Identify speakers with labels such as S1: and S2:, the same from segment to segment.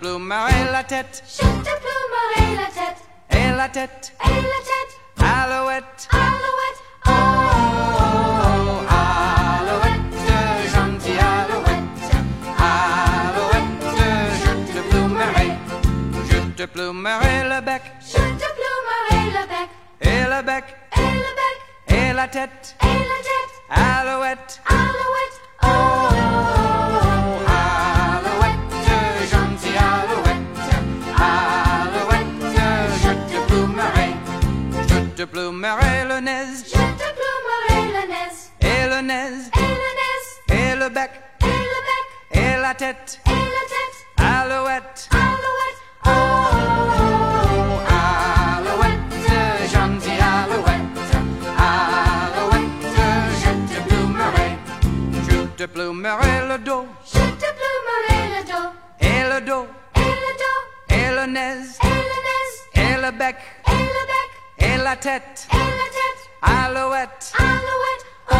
S1: plumerai la tête
S2: Je te plumerai la tête
S1: et la tête,
S2: et la tête.
S1: alouette.
S2: Alouette, oh, oh, oh,
S1: alouette, gentille alouette. Alouette, je te plumerai, je te plumerai le bec
S2: Je te plumerai le bec,
S1: et le bec
S2: et le bec,
S1: et la tête,
S2: et la tête.
S1: alouette.
S2: Alouette, oh, oh, oh,
S1: Alouette, gentille alouette, alouette, je te plumerai, je te plumerai le nez,
S2: Je te plumerai la naise,
S1: et le nez,
S2: et la naise,
S1: et le bec,
S2: et le bec,
S1: et la tête,
S2: et la tête.
S1: alouette.
S2: Alouette, oh, oh, oh,
S1: Alouette, gentille alouette, alouette, je te plumerai, je te plumerai le dos,
S2: Je te plumerai le dos,
S1: et le dos,
S2: et le dos,
S1: et le nez,
S2: et la naise,
S1: et le bec,
S2: et le bec,
S1: et la tête,
S2: et la tête.
S1: alouette.
S2: Alouette, oh, oh,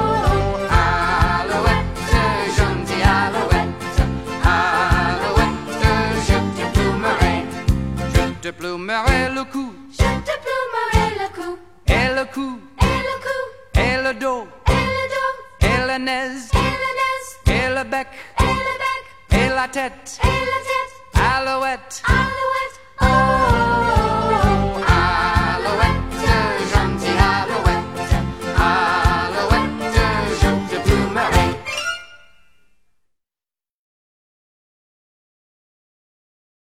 S2: oh,
S1: Alouette, gentille alouette, alouette, je te plumerai, je te plumerai le cou,
S2: Je te plumerai le cou,
S1: et le cou,
S2: et le cou,
S1: et le dos,
S2: et le dos,
S1: et le nez,
S2: et la naise,
S1: et le bec,
S2: et le bec,
S1: et la tête,
S2: et la tête.
S1: alouette.
S2: Alouette, oh,